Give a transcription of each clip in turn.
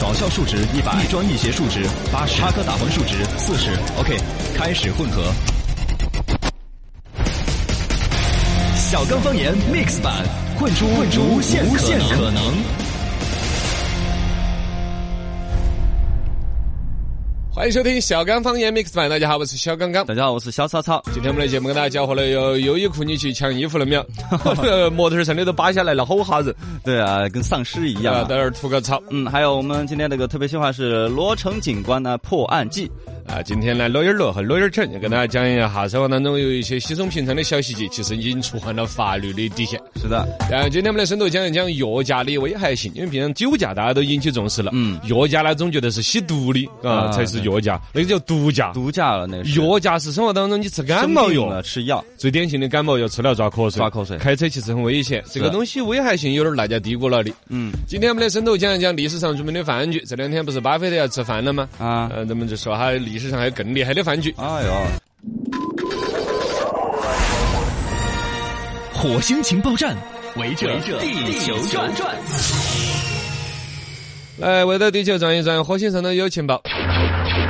搞笑数值一百，一庄一邪数值八十，插科打诨数值四十。OK，开始混合。小刚方言 mix 版，混出混出无限可能。欢迎收听小刚方言 Mix 版，大家好，我是小刚刚。大家好，我是小草草。今天我们的节目跟大家搅和了，有优衣库你去抢衣服了没 有？呃模特儿上的都扒下来了，好吓人！对啊，跟丧尸一样、啊，啊在。那儿吐个槽嗯，还有我们今天那个特别计划是罗城警官呢破案记。啊！今天呢，罗眼乐和罗眼城跟大家讲一下生活当中有一些稀松平常的小细节，其实已经触犯了法律的底线。是的，然后今天我们来深度讲一讲药驾的危害性，因为平常酒驾大家都引起重视了，嗯，药驾呢总觉得是吸毒的啊啊才是药驾，那个叫毒驾。毒驾了那个是药驾是生活当中你吃感冒生病药了，吃药。最典型的感冒药吃了抓瞌睡，抓瞌睡开车其实很危险，这个东西危害性有点儿大家低估了的。嗯今天我们来深度讲一讲历史上著名的饭局，这两天不是巴菲特要吃饭了吗？啊，呃，咱们就说下历史上还有更厉害的饭局。哎呦，火星情报站，围着地球转。来，围到地球转一转，火星上的有情报。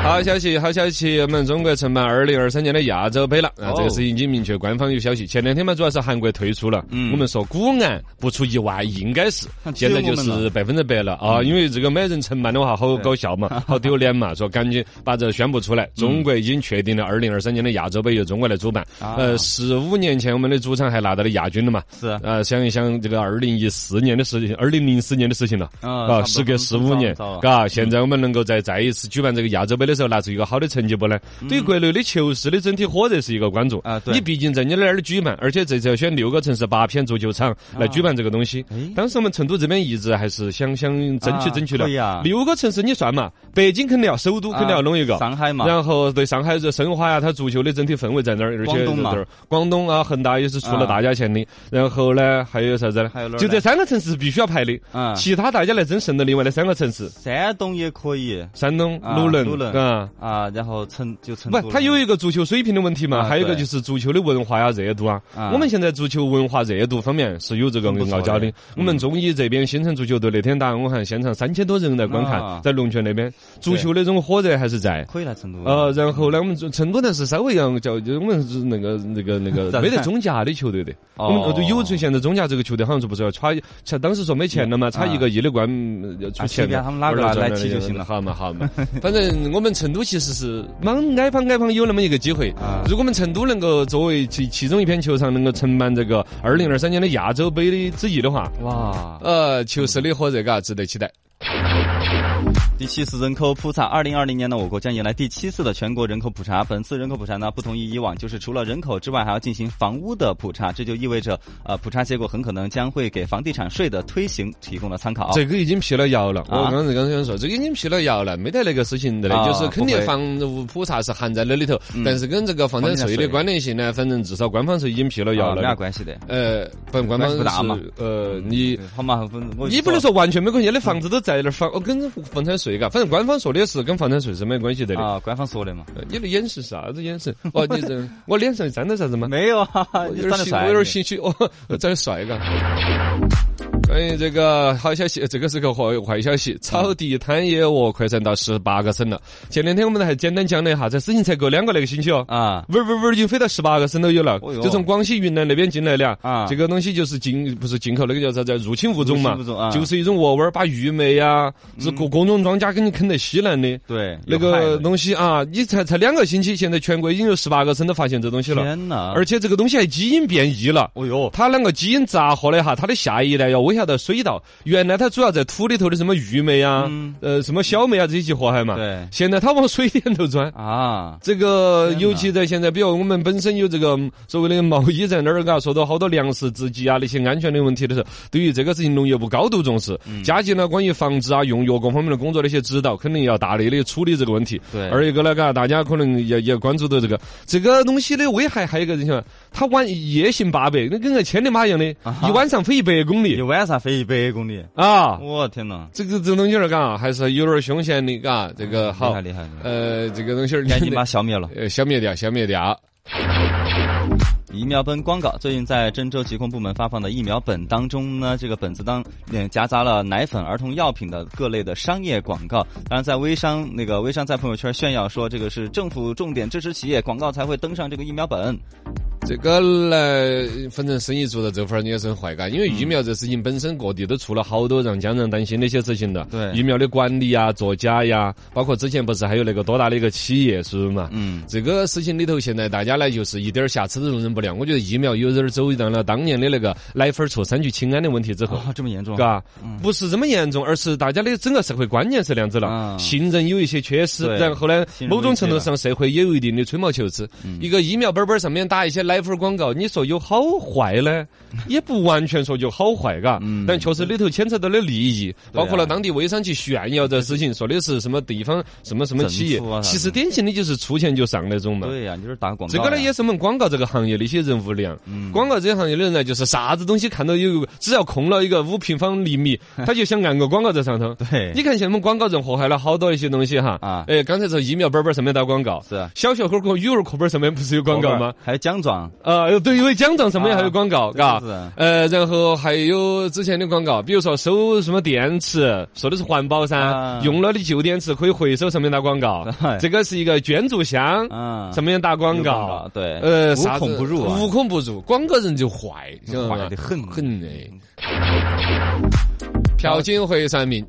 好消息，好消息！我们中国承办二零二三年的亚洲杯了啊哦！这个事情已经明确，官方有消息。前两天嘛，主要是韩国退出了。嗯我们说古癌不出意外应该是，只有现在就我们嗯是百分之百了啊！因为这个每人承办的话，好搞笑嘛，好丢脸 嘛，说赶紧把这宣布出嗯来。中国已经确定了二零二三年的亚洲杯由中国来主办。啊呃，十五年前我们的主场还拿到了亚军了嘛？是啊呃，想一想这个二零一四年的事情，二零零四年的事情了。啊差不啊，多时隔十五年糟了，嘎，现在我们能够在再一次举办这个亚洲杯的时候拿出一个好的成绩不呢？对于国内的球市的整体火热是一个关注嗯啊对你毕竟在你那儿举办，而且这次要选六个城市八片足球场来举办这个东西啊哎。当时我们成都这边一直还是想想争取啊争取的对呀，六个城市你算嘛，北京肯定要，首都肯定要弄一个啊，上海嘛，然后对上海这申花呀，它足球的整体氛围在那儿，而且广东嘛在这儿广东啊，恒大也是出了啊大价钱的。然后呢，还有啥子呢还有哪？儿就呢这三个城市必须要排的，嗯其他大家来争胜的另外的三个城市，山东也可以山东、啊鲁能鲁能啊。啊，然后成就成都不，了它有一个足球水平的问题嘛，啊还有一个对就是足球的文化呀、热度啊啊。我们现在足球文化热度方面是有这个很不错傲娇的的。嗯我们中医这边新城足球队那天打武汉，现场三千多人在观啊看，在龙泉那边，足球那种火热还是在。可以来成都呃，然后呢，我们成成都呢是稍微要叫，就我们是那个那个那 咋个子没得中甲的球队的，哦我们呃就有出现在中甲这个球队好像是不是要差一，差当时说没钱了啊嘛，差一个亿的冠嗯要出随钱便嘛，啊他们哪个拿玩儿来踢就行 了好嘛好嘛，反正我们成都其实是蛮挨帮挨帮有那么一个机会啊，如果我们成都能够作为其其中一片球场能够承办这个二零二三年的亚洲杯的之一的话，哇，呃，球市的火热嘎值得期待。第七次人口普查，二零二零年呢，我国将迎来第七次的全国人口普查。本次人口普查呢，不同于以往，就是除了人口之外，还要进行房屋的普查。这就意味着，呃，普查结果很可能将会给房地产税的推行提供了参考。这个已经辟了谣了，我啊刚才刚才想说，这个已经辟了谣了，没得那个事情的啊嗯嘞，就是肯不定会房屋普查是含在那里头，但是跟这个房产房地产税税的关联性呢，反正至少官方是已经辟了啊谣没啥了。关系的。呃，本官关系不大方嘛嗯是呃，你好嘛，不我你不能说完全没关系，你的房子都在那儿，房哦跟房产税嘎，反正官方说的是跟房产税是没关系的的。啊，官方说的嘛，呃你的眼神是啥子眼神？哦，你这 我脸上沾到啥子吗？没有啊，我你有点长得心，帅，我有点心虚哦，长得帅嘎。关于这个好消息，这个是个坏坏消息，草地摊野鹅扩散到十八个省了。前两天我们还简单讲了一下，这事情才过两个那个星期哦。啊，嗡嗡嗡，已经飞到十八个省都有了哦哟，就从广西、云南那边进来的啊啊。这个东西就是进，不是进口那个叫啥子入侵物种嘛入侵物种啊，就是一种鹅窝儿，把玉米呀，是各各种庄稼给你啃得稀烂的。对，那有害个的东西啊，你才才两个星期，现在全国已经有十八个省都发现这东西了。天哪，而且这个东西还基因变异了。哦哟，它两个基因杂合了一下，它的下一代要危害到水稻。原来它主要在土里头的什么玉米啊、嗯呃什么小麦啊这些祸害嘛。对现在它往水田头钻。啊，这个天哪尤其在现在，比如我们本身有这个嗯所谓的贸易在那儿，嘎，说到好多粮食自给啊那些安全的问题的时候，对于这个事情农业部高度重视，嗯加紧了关于防治啊、用药各方面的工作的一些指导，肯定要大力的处理这个问题。对而一个呢，嘎，大家可能也也关注到这个这个东西的危害，还有一个人想，它晚夜行八百，那跟个千里马一样的，啊哈一晚上飞一百公一里晚上飞一百公里，啊。我天哪，这个这东西儿，嘎，还是有点凶险的，嘎。这个厉好害，厉害，厉害呃，这个东西儿，赶紧把它消灭了。呃，消灭掉，消灭掉。疫苗本广告最近在郑州疾控部门发放的疫苗本当中呢，这个本子当嗯夹杂了奶粉、儿童药品的各类的商业广告。当然，在微商那个微商在朋友圈炫耀说，这个是政府重点支持企业，广告才会登上这个疫苗本。这个呢，反正生意做到这份儿，你也是很坏感，因为疫苗这事情本身各地都出了好多让家人担心的一些事情了。对疫苗的管理呀、作假呀，包括之前不是还有那个多大的一个企业，是不是嘛？嗯，这个事情里头，现在大家呢就是一点儿瑕疵都容忍不了。我觉得疫苗有点儿走到了当年的那个奶粉儿出三聚氰胺的问题之后，哦，这么严重？嘎，不是这么严重，而是大家的整个社会观念是那样子了啊，信任有一些缺失，对然后呢，信任某种危程机度了上社会也有一定的吹毛求疵。嗯一个疫苗本本上面打一些奶粉广告，你说有好坏 呢？也不完全说有好坏，嘎嗯，但确实里头牵扯到的利益，对包啊括了当地微商去炫耀这事情，说的是什么地方什么什么企业整肃啊，其实典型的就是出钱就上那种嘛。对呀、啊你就是打广告这呀。个呢，也是我们广告这个行业的一些人无良。嗯广告这个行业的人呢，就是啥子东西看到有，只要空了一个五平方厘 米，他就想按个广告在上头。对你看现在我们广告人祸害了好多一些东西哈。啊哎，刚才说疫苗本本上面打广告，是啊小学科课、语文课本上面不是有广告吗？？还有奖状，啊，对，因为奖状上面还有广告，嘎、对啊是呃，然后还有之前的广告，比如说收什么电池，说的是环保噻，啊用了的旧电池可以回收，上面打广 告。哎这个是一个捐助箱，嗯，上面打广有告。对，呃，哎无啥子孔不入啊，无孔不入，广告人就坏，坏得很很哎。朴槿惠算命，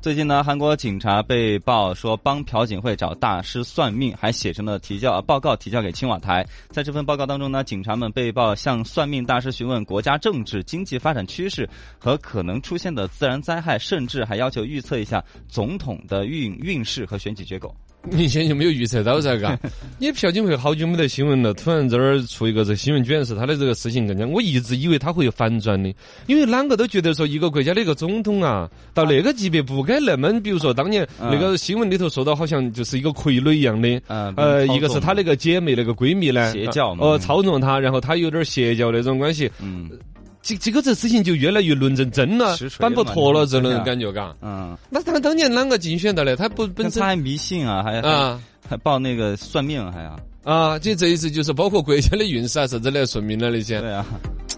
最近呢，韩国警察被曝说帮朴槿惠找大师算命，还写成了提交、呃报告提交给青瓦台。在这份报告当中呢，警察们被曝向算命大师询问国家政治、经济发展趋势和可能出现的自然灾害，甚至还要求预测一下总统的运运势和选举结果。你以前有没有预测到噻？ 嘎，你朴槿惠好久没得新闻了，突然这儿出一个这新闻卷是他的这个事情更加，我一直以为他会反转的，因为啷个都觉得说一个国家的一个总统啊，到那个级别不该那么，比如说当年嗯那个新闻里头说到，好像就是一个傀儡一样的。嗯呃，一个是她那个姐妹那个闺蜜呢，邪教嘛哦，嗯操纵她，然后她有点邪教那种关系，嗯这这个这事情就越来越论证真了实，锤了扳嘛不脱了这对种啊感觉，嘎。嗯，那他当年啷个竞选的嘞？他不本但身他还迷信啊，还、啊还报那个算命，还啊，啊，就这一次就是包括国家的运势啊啥子来说明了那些，对啊，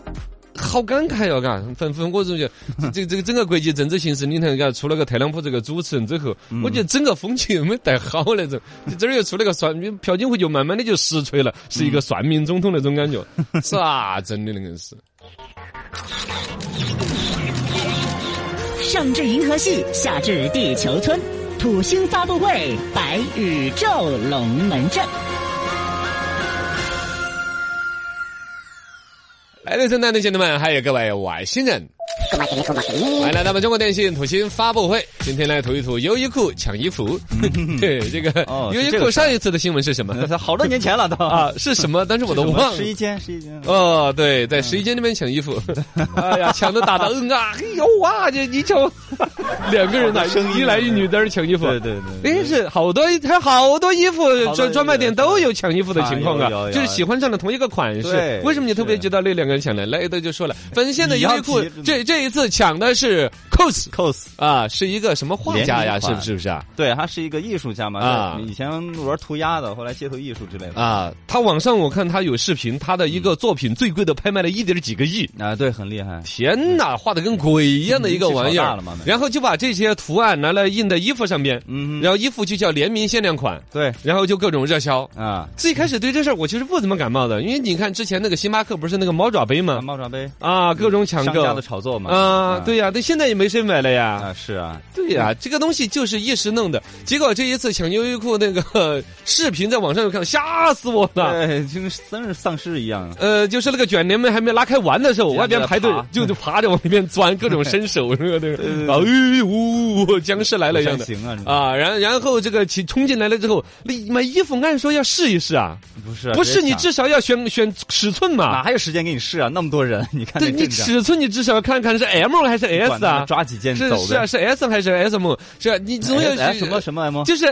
好感慨哟，嘎。反正我总觉 得这这个整个国际政治形势里头，嘎，出了个特朗普这个主持人之后，嗯我觉得整个风气没带好那 种。就这儿又出了个算命，朴槿惠就慢慢的就实锤了，是嗯一个算命总统那种 感觉，啥真的那个是。上至银河系，下至地球村，土星发布会，白宇宙龙门阵。来，的是男的，兄弟们，还有各位外星人，欢迎来到我们中国电信土星发布会。今天来吐一吐优衣库抢衣服，对 这个哦优衣是这库个事儿上一次的新闻是什么好多年前了都啊？是什么？但是我都忘了试。衣间，试衣间。哦，对，在试衣间里面抢衣 服，哎呀，抢的打到嗯啊，嘿呦哇，这你瞧，两个人 呢，一男一女在那抢衣服，对对对对哎，是好多，他好多衣服多专专卖店都有抢衣服的情况啊有有啊，有就是喜欢上了同一个款式对。为什么你特别是知道那两个人抢呢？来的就说了，本县的你优要衣库提真的这这一次抢的是 COS。 cos，啊，是一个什么画家呀？联名是款不是不是啊？对，他是一个艺术家嘛，啊对以前玩涂鸦的，后来街头艺术之类的。啊，他网上我看他有视频，他的一个作品最贵的拍卖了一点几个亿。啊，对，很厉害。天呐，嗯画的跟鬼一样的一个玩意名气儿炒大了嘛，那然后就把这些图案拿来印在衣服上边，嗯哼，然后衣服就叫联名限量款，对然后就各种热销。啊，最开始对这事儿我其实不怎么感冒的，因为你看之前那个星巴克不是那个猫爪杯吗？猫爪杯，啊，各种抢商购家的炒作嘛。啊，对呀、那现在也没谁买了呀。啊，是啊，对呀、这个东西就是一时弄的。结果这一次抢优衣库那个呃视频，在网上有看，吓死我了。对，就跟真是丧尸一样。呃，就是那个卷帘门还没拉开完的时候，就外边排队爬就就爬着往里面钻，各种伸手，那个 那个，啊，哎呜，呜僵尸来了一样的。行啊，啊，然然后这个起冲进来了之后，你买衣服按说要试一试啊，不是啊不是直接你抢至少要选选尺寸嘛哪，还有时间给你试啊？那么多人， 你看对这你阵仗尺寸你至少要看看是 M 还是管 S 他啊，抓几件是走是啊呗。是 S 还是 S M 是啊你总有哎什么什么 M？就是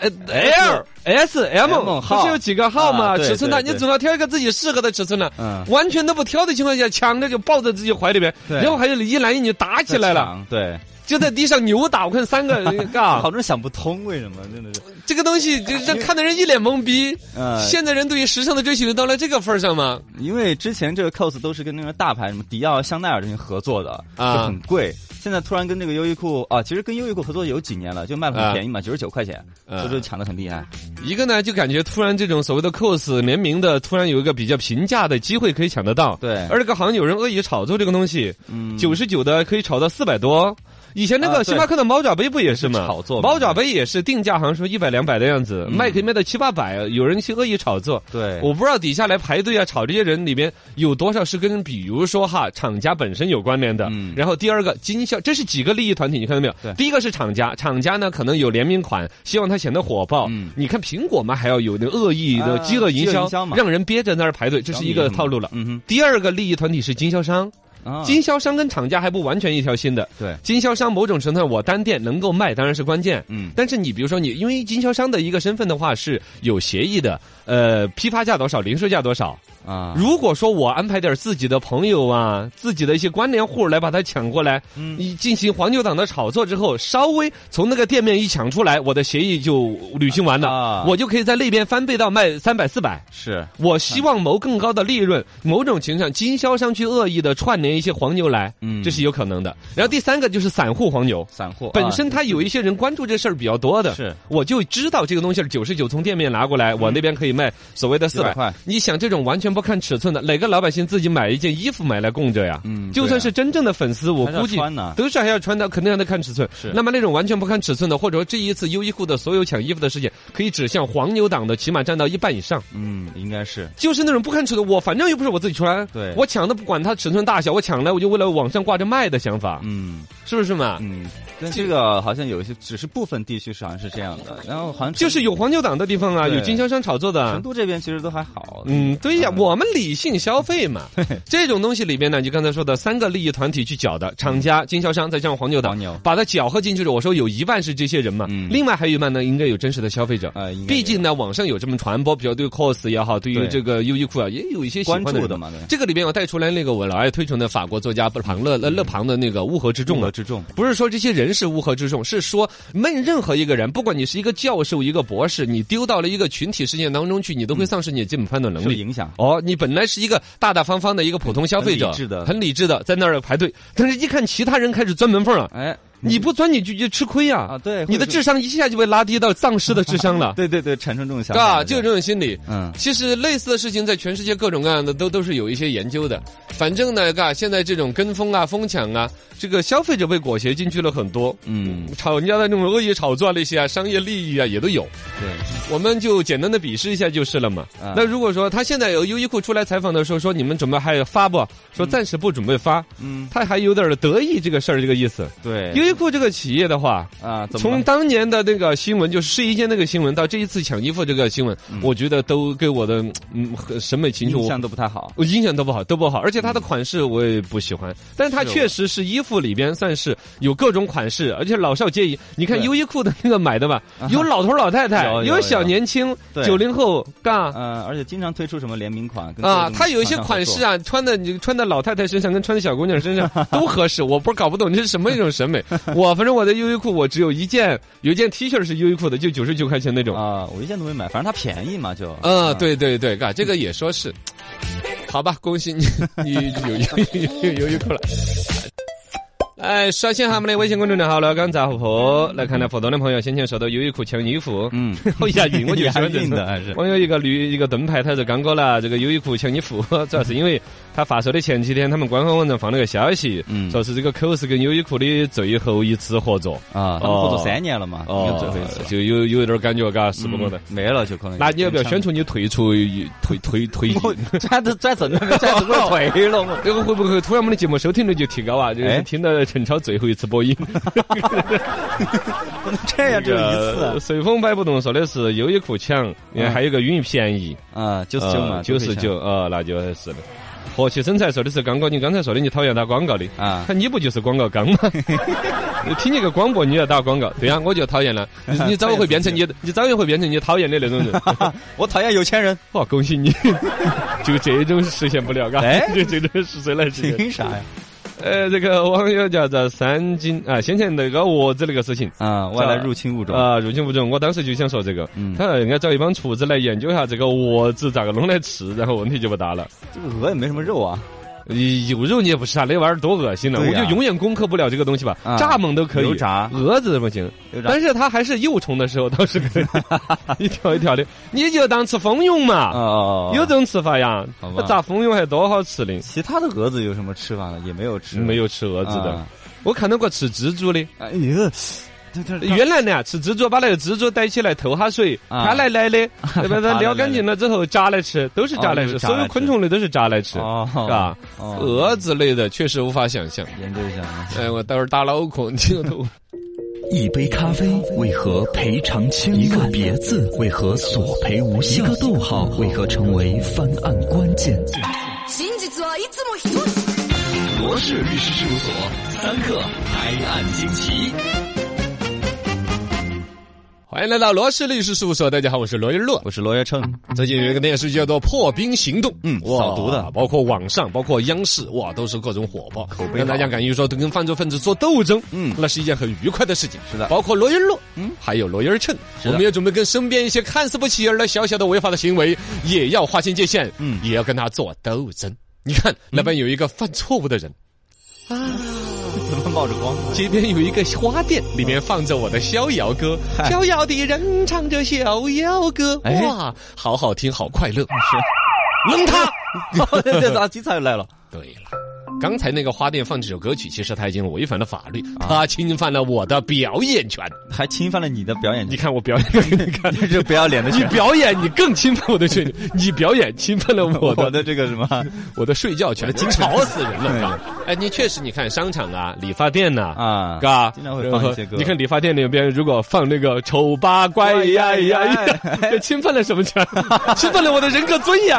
呃 L S M M 号不是有几个号嘛，啊对尺寸大，对对你总要挑一个自己适合的尺寸了嗯。完全都不挑的情况下，抢着就抱在自己怀里边，对然后还有一男一女打起来了，啊抢，对，就在地上扭打，我看三个人好嘎多，人想不通，为什么真的是？这个东西就让看的人一脸懵逼。呃，现在人对于时尚的追求到了这个份儿上吗？因为之前这个 cos 都是跟那个大牌什么迪奥、香奈儿这些合作的，啊就很贵。现在突然跟这个优衣库啊，其实跟优衣库合作有几年了，就卖的很便宜嘛，九十九块钱，啊所以说抢的很厉害。一个呢，就感觉突然这种所谓的 cos 联名的，突然有一个比较平价的机会可以抢得到。对而这个好像有人恶意炒作这个东西，嗯，九十九的可以炒到四百多。以前那啊个对星巴克的猫爪杯不也是吗？是炒作嘛嗯猫爪杯也是定价好像说一百两百的样子，卖可以卖到七八百，有人去恶意炒作。对，我不知道底下来排队啊炒这些人里边有多少是跟比如说哈厂家本身有关联的，嗯然后第二个经销，这是几个利益团体，你看到没有对？第一个是厂家，厂家呢可能有联名款，希望它显得火爆。嗯你看苹果嘛，还要有那个恶意的啊饥饿营饥饿销，营销嘛让人憋着在那儿排队，这是一个套路了。嗯第二个利益团体是经销商，哼，啊经销商跟厂家还不完全一条心的。对，经销商某种程度上，我单店能够卖当然是关键，嗯但是你比如说你，因为经销商的一个身份的话是有协议的，呃，批发价多少，零售价多少。啊，如果说我安排点自己的朋友啊，自己的一些关联户来把它抢过来，嗯你进行黄牛党的炒作之后，稍微从那个店面一抢出来，我的协议就履行完了啊，我就可以在那边翻倍到卖三百四百。是我希望谋更高的利润，某种情况上，经销商去恶意的串联一些黄牛来，嗯这是有可能的。然后第三个就是散户黄牛，散户本身他有一些人关注这事儿比较多的，啊是，嗯我就知道这个东西九十九从店面拿过来，我那边可以卖所谓的四400块你想这种完全不看尺寸的，哪个老百姓自己买一件衣服买来供着呀？嗯就对算啊是真正的粉丝，我还是要估计穿呢都是还要穿的，肯定还得看尺寸。是那么那种完全不看尺寸的，或者说这一次优衣库的所有抢衣服的事件，可以指向黄牛党的，起码占到一半以上。嗯，应该是就是那种不看尺寸，我反正又不是我自己穿，对我抢的不管它尺寸大小，我抢来我就为了往上挂着卖的想法，嗯是不是嘛？嗯，但这个好像有一些，只是部分地区是好像是这样的，然后好像就是有黄牛党的地方啊，对有经销商炒作的啊成。都这边其实都还好，嗯，对呀，我们理性消费嘛。 这种东西里边呢，就刚才说的三个利益团体去搅的，厂家、经销商再加上黄牛党嗯黄牛，把它搅和进去了。我说有一半是这些人嘛，嗯另外还有一半呢，应该有真实的消费者。呃，应该毕竟呢，网上有这么传播，比如对 COS 也好，对于对这个优衣库啊，也有一些喜欢关的人注的。嘛，对这个里边我带出来那个我老爱推崇的法国作家庞勒呃勒勒庞的那个《乌合之众》啊了，之众，不是说这些人是乌合之众，是说任任何一个人，不管你是一个教授、一个博士，你丢到了一个群体事件当中去，你都会丧失你的基本判断能受力。影响。哦，你本来是一个大大方方的一个普通消费者，很理智的很理智的在那儿排队，但是一看其他人开始钻门缝了，哎，你不钻你就就吃亏呀、啊，对，你的或者智商一下就被拉低到丧尸的智商了是 ，对对对，产生这种想法，啊，就有这这种心理。嗯，其实类似的事情在全世界各种各样的都都是有一些研究的。反正呢，嘎，现在这种跟风啊、疯抢啊，这个消费者被裹挟进去了很多。嗯，炒人家的那种恶意炒作那些啊，商业利益啊，也都有。对，我们就简单的比试一下就是了嘛。啊那如果说他现在有优衣库出来采访的时候说你们准备还发不？说暂时不准备发，嗯，他还有点儿得意这个事儿这个意思。对，优衣库这个企业的话，啊，怎么从了当年的那个新闻，就是试衣间那个新闻，到这一次抢衣服这个新闻，嗯我觉得都给我的嗯和审美情印趣象都不太好，我印象都不好，都不好，而且它的嗯款式我也不喜欢，但是它确实是衣服里边算是有各种款式，而且老少皆宜。你看对优衣库的那个买的吧啊哈，有老头老太太，有有有小有年轻，对九零后，嘎。嗯，而且经常推出什么联名款跟啊，各种它有一些厂商款合作式啊，穿的你穿在老太太身上跟穿在小姑娘身上 都合适，我不是搞不懂这是什么一种审美。我反正我的优衣库我只有一件，有一件 T 恤是优衣库的，就九十九块钱那种。啊，我一件都没买，反正它便宜嘛就，啊，对对对，嘎，这个也说 是，好吧，恭喜你，你有有有有有口了。哎，刷新我们的微信公众号“老港杂货铺”，来看到普通的朋友先前说到优衣库抢衣服， 嗯，好押韵， 我就喜押欢这韵种的还是网友一个驴一个盾牌，他说刚哥啦，这个优衣库抢衣服， 主要是因为他发售的前几天，他们官方网站放了个消息，嗯说是这个 COS 跟优衣库的最后一次合作，啊，他们哦合作三年了嘛，应该最后一次了。就有有一点感觉，嘎，是不过的。哦嗯没了就可能。那你要不要宣？传你退出退退 退役？转都转正了，转正了退了 我。这个会不会突然我们的节目收听率就提高 啊？就是哎听到陈超最后一次播音，不能 这样，只有一次啊呃随风摆不动说的是优衣库抢，嗯还有个运便宜， 啊，九十九嘛，呃九十九啊，那就是的。和气生财说的是刚哥，你刚才说的你讨厌打广告的啊看你不就是广告刚 吗？你听你个广播你也打广告，对呀、我就讨厌了。 你你早晚会变成你，你早晚会变成你讨厌的那种人。九。我讨厌有钱人，哇，恭 喜你，就这种实现不了，嘎，哎 就这种实现来实现。凭啥呀？呃，这个网友叫做三金啊，先前那个蛾子那个事 情。啊，外来入侵物种，啊，入侵物种，我当时就想说这个，嗯他应该找一帮厨子来研究一下这个蛾子咋个弄来吃，然后问题就不大了。这个鹅也没什么肉啊，有肉你也不吃啊，那玩意儿多恶心呢！对我呀就永远攻克不了这个东西吧啊。蚱蜢都可以油，炸蛾子不行油，炸但是它还是幼虫的时候倒是 可以，一条一条的，你就当吃蜂蛹啊嘛，哦，哦有这种吃法呀好吧？那炸蜂蛹还多好吃的，其他的蛾子有什么吃法呢？也没有吃，没有吃蛾子的啊。我看到过吃蜘蛛的，哎呦，这这原来呢吃蜘蛛把那个蜘蛛逮起来投哈水，啊它来来的，对吧它 来来它撩干净了之后炸来吃，都是炸来哦都吃，是炸所来有吃昆虫类都是炸来吃，哦是吧？哦蛾子类的确实无法想象。研究一下啊，哎，我待会儿打脑壳，你听 头。一杯咖啡为何赔偿千万？一个别字为何索赔无效？一个逗号为何成为翻案关键？真実はいつ啊も一つ罗氏律师事务所，三克拍案惊奇。欢迎来到罗氏律师事务所，大家好，我是罗云乐。我是罗月称， 最近有一个电视剧叫做《破冰行动》，嗯哇扫毒的包括网上，包括央视，哇，都是各种火爆，口碑让大家好敢于说跟犯罪分子做斗争，嗯那是一件很愉快的事情。是的包括罗云乐，嗯，还有罗云趁，我们也准备跟身边一些看似不起眼的小小的违法的行为，也要划清界限，嗯嗯，也要跟他做斗争。你看那边有一个犯错误的人，怎么冒着光？ 街边有一个花店，里面放着我的逍遥歌，逍遥的人唱着逍遥歌，哎哇，好好听，好快乐。是，扔他！哦这咋精彩又来了？对了，刚才那个花店放这首歌曲，其实他已经违反了法律，他侵犯了我的表演权。还侵犯了你的表演 你权，看我表演， 你看。这是不要脸的你权，表演，你更侵犯我的权利。你表演侵犯了我我的的这个什么，我的睡觉权，我的精神吵死人了！是吧哎，你确实，你看商场啊、理发店呐啊嘎，经常会放一些然歌后你看理发店里边，如果放那个“丑八怪哎呀呀呀”，这侵犯了什么 权？侵犯了我的人格尊严！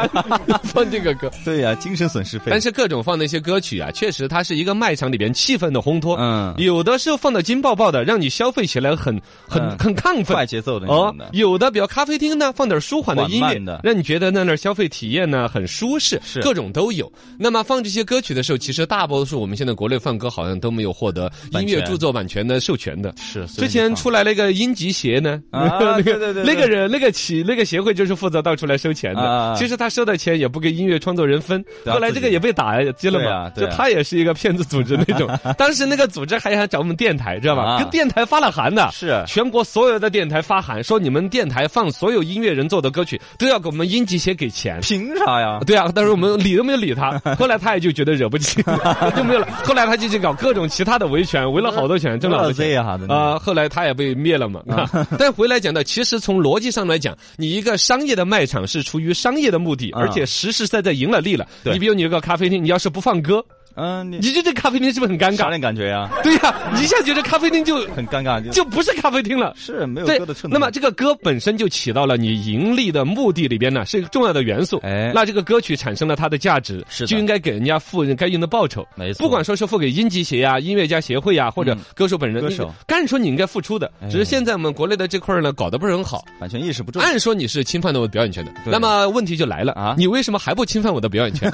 放这个歌，对呀，精神损失费但，是各种放的一些歌曲啊，确实它是一个卖场里边气氛的烘托。嗯有的时候放的金爆爆的，让你消费起来很很、嗯很亢奋快。节奏的那哦种的，，有的比如咖啡厅呢，放点舒缓的音缓乐慢的，让你觉得在那儿消费体验呢很舒适，是各种都有。那么放这些歌曲的时候，其实大多数我们现在国内放歌好像都没有获得音版乐权著作版权的授权的。是之前出来那个音集协呢，啊 那对个对对对那个人那个企那个协会就是负责到处来收钱的啊。其实他收的钱也不给音乐创作人分，对啊后来这个也被打击了对嘛啊，就对啊他也是一个骗子组织 那种。当时那个组织还想找我们电台，知道吧？啊跟电台发了函的，是全国所有的电台发函说，你们电台放所有音乐人做的歌曲都要给我们音集协给钱。凭啥呀？对啊，但是我们理都没有理 他，后来他也就觉得惹不起， 就没有了。后来他就去搞各种其他的维权，围了好多钱，挣了好多钱这样的啊啊、后来他也被灭了嘛。 但回来讲到，其实从逻辑上来讲，你一个商业的卖场是出于商业的目的，啊而且实实在在赢了利了。对你比如你有个咖啡厅，你要是不放歌，嗯，你你就这咖啡厅是不是很尴啥尬？点感觉呀？对呀、你一下觉得咖啡厅就很尴尬，就就不是咖啡厅了。是没有对歌的衬，托。那么这个歌本身就起到了你盈利的目的里边呢，是一个重要的元素。哎那这个歌曲产生了它的价值，是的就应该给人家付该应的报酬。没错不管说是付给音集协呀、音乐家协会呀，或者嗯歌手本人，歌你手按说你应该付出的，哎只是现在我们国内的这块儿呢搞得不是很好。版权意识不重，按说你是侵犯了我的表演权的，对那么问题就来了啊你为什么还不侵犯我的表演权？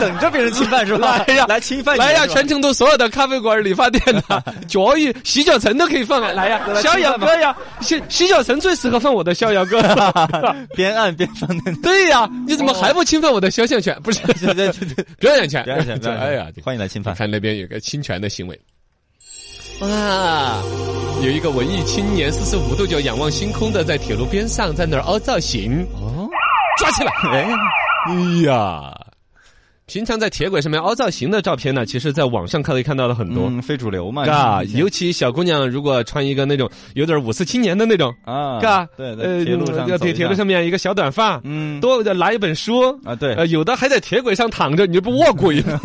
等着别人侵犯是吧？来呀来侵犯你来呀，是吧全成都所有的咖啡馆、理发店 呐、脚浴、洗脚城都可以放啊！来呀，来逍遥吃哥呀，洗洗脚城最适合放我的逍遥 哥。边按边放的。对呀，你怎么还不侵犯我的肖像权？不是对对对对，哦 表演权，不要钱，不要钱哎呀，欢迎来侵你犯。看那边有个侵权的行为。哇，有一个文艺青年四十五度角仰望星空的，在铁路边上在那儿凹造型。哦，抓起来！哎，哎呀，平常在铁轨上面凹造型的照片呢，其实在网上看可以看到的很多。嗯，非主流嘛，嘎，以前尤其小姑娘如果穿一个那种有点五四青年的那种，啊，嘎，对呃对，铁路上要走一铁铁路下上，面一个小短发，嗯，多拿一本书。啊，对，呃，有的还在铁轨上躺着，你不卧 轨吗？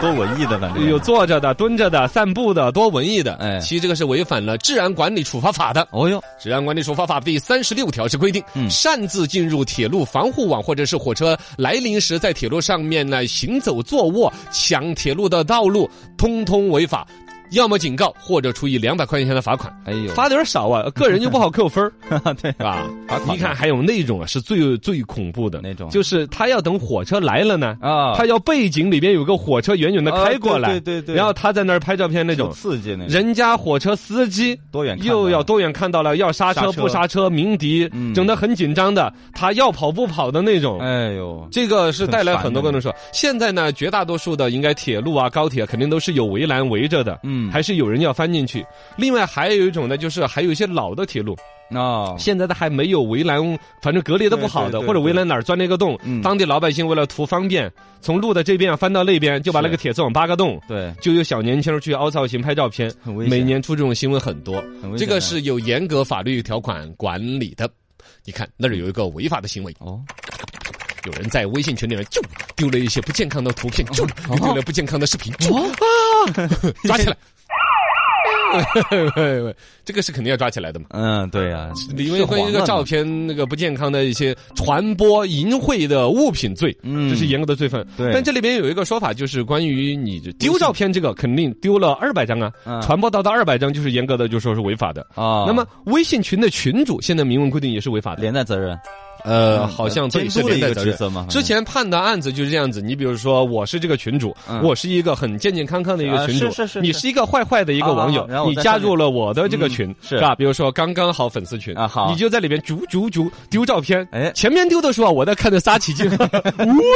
多文艺的反正有，坐着的、蹲着的、散步的，多文艺的。哎其实这个是违反了《治安管理处罚法》的。哦哟， 《治安管理处罚法》第三十六条是规定，嗯擅自进入铁路防护网或者是火车来临时，在铁路上面呢行走、坐卧、抢铁路的道路，通通违法。要么警告或者处以两百块钱的罚款。哎呦，罚的有点少啊，个人就不好扣分儿对 啊罚。款你看，还有那种啊，是最最恐怖的哪种就是他要等火车来了呢，啊他要背景里边有个火车远远的啊开过来，对对对对然后他在那儿拍照片那种有。刺激那种人家火车司机多远看到又要多远看到了，要刹刹车车不刹车，鸣笛，嗯整得很紧张的，他要跑不跑的那种。哎呦，这个是带来很多观众说，现在呢，绝大多数的应该铁路啊、高铁啊肯定都是有围栏围着的，嗯还是有人要翻进去。另外还有一种呢，就是还有一些老的铁路，啊，现在它还没有围栏，反正隔离的不好对的，对对或者围栏哪儿钻了一个洞嗯，当地老百姓为了图方便，从路的这边翻到那边，就把那个铁丝网扒个洞。对，就有小年轻儿去凹造型拍照片，很危险每年出这种新闻很多很危险。啊这个是有严格法律条款管理的。你看那儿有一个违法的行为，哦，有人在微信群里面就丢了一些不健康的图片，哦就丢了不健康的视频，就啊，抓起来。这个是肯定要抓起来的嘛，嗯，对呀，因为关于这个照片那个不健康的一些传播淫秽的物品罪，嗯这是严格的罪犯。对但这里边有一个说法，就是关于你丢照片这个，肯定丢了二百张啊嗯，传播到到二百张就是严格的就说是违法的。啊，那么微信群的群主现在明文规定也是违法的，连带责任，呃，嗯好像对监是督的连一带个责职任责嘛，之前判的案子就是这样子，你比如说，我是这个群主，嗯我是一个很健健康康的一个群主，啊是是是你是一个坏坏的一个网友，啊然后我你在加入了我的这个群，是吧？比如说刚刚好粉丝群啊好你就在里边逐逐逐丢照片，哎前面丢的时候啊我在看着撒起劲，呜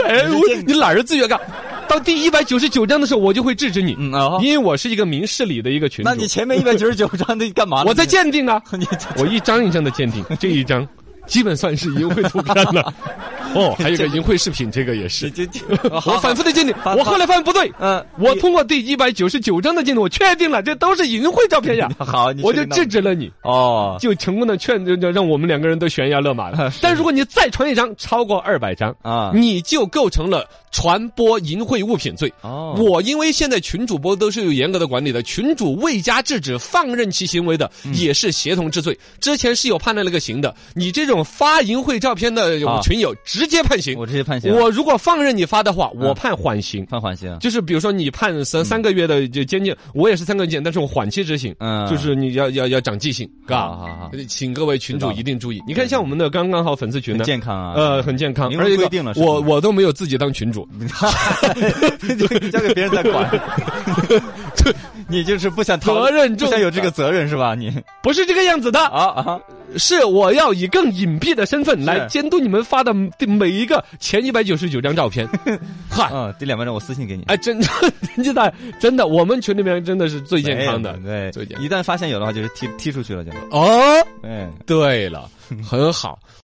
哎我你哪儿自觉干？到第一百九十九章的时候，我就会制止你，嗯哦因为我是一个明事理的一个群主，那你前面一百九十九张那干嘛呢？我在鉴定呢，啊 你我一张一张的鉴定，这一张基本算是淫秽图片 了。哦，还有一个淫秽视频，这个也是你。这这，我反复的鉴定， 好好我后来发现不对，嗯，我通过第一百九十九章的鉴定，我确定了这都是淫秽照片呀 好， 你我就确定到制止了你，哦，就成功的劝，就就让我们两个人都悬崖勒马 了。但如果你再传一张超过二百张啊你就构成了传播淫秽物品罪。哦我因为现在群主播都是有严格的管理的，群主未加制止、放任其行为的，嗯也是协同治罪。之前是有判了那个刑的，你这种发淫秽照片的啊群友直接判刑。我直啊接判刑，我如果放任你发的话，我判缓刑。判缓刑，就是比如说你判三嗯三个月的就监禁，我也是三个月监，但是我缓期执行，嗯就是你要要要长记性，好好嘎好，请各位群知道主了一定注意。你看像我们的刚刚好粉丝群很呢，健康啊，呃，很健康，明文而且一规定了个是吗我我都没有自己当群主， 交给别人在 管， 你就是不想逃责任重不想有这个责任是吧？你不是这个样子的啊啊，是我要以更隐蔽的身份来监督你们发的每一个前一百九十九张照 片。嗨，嗯，这两百张我私信给你。哎，真的， 真的，真的，我们群里面真的是最健康的。哎对，最健康一旦发现有的话，就是踢踢出去了就。哦，哎，对了，很好。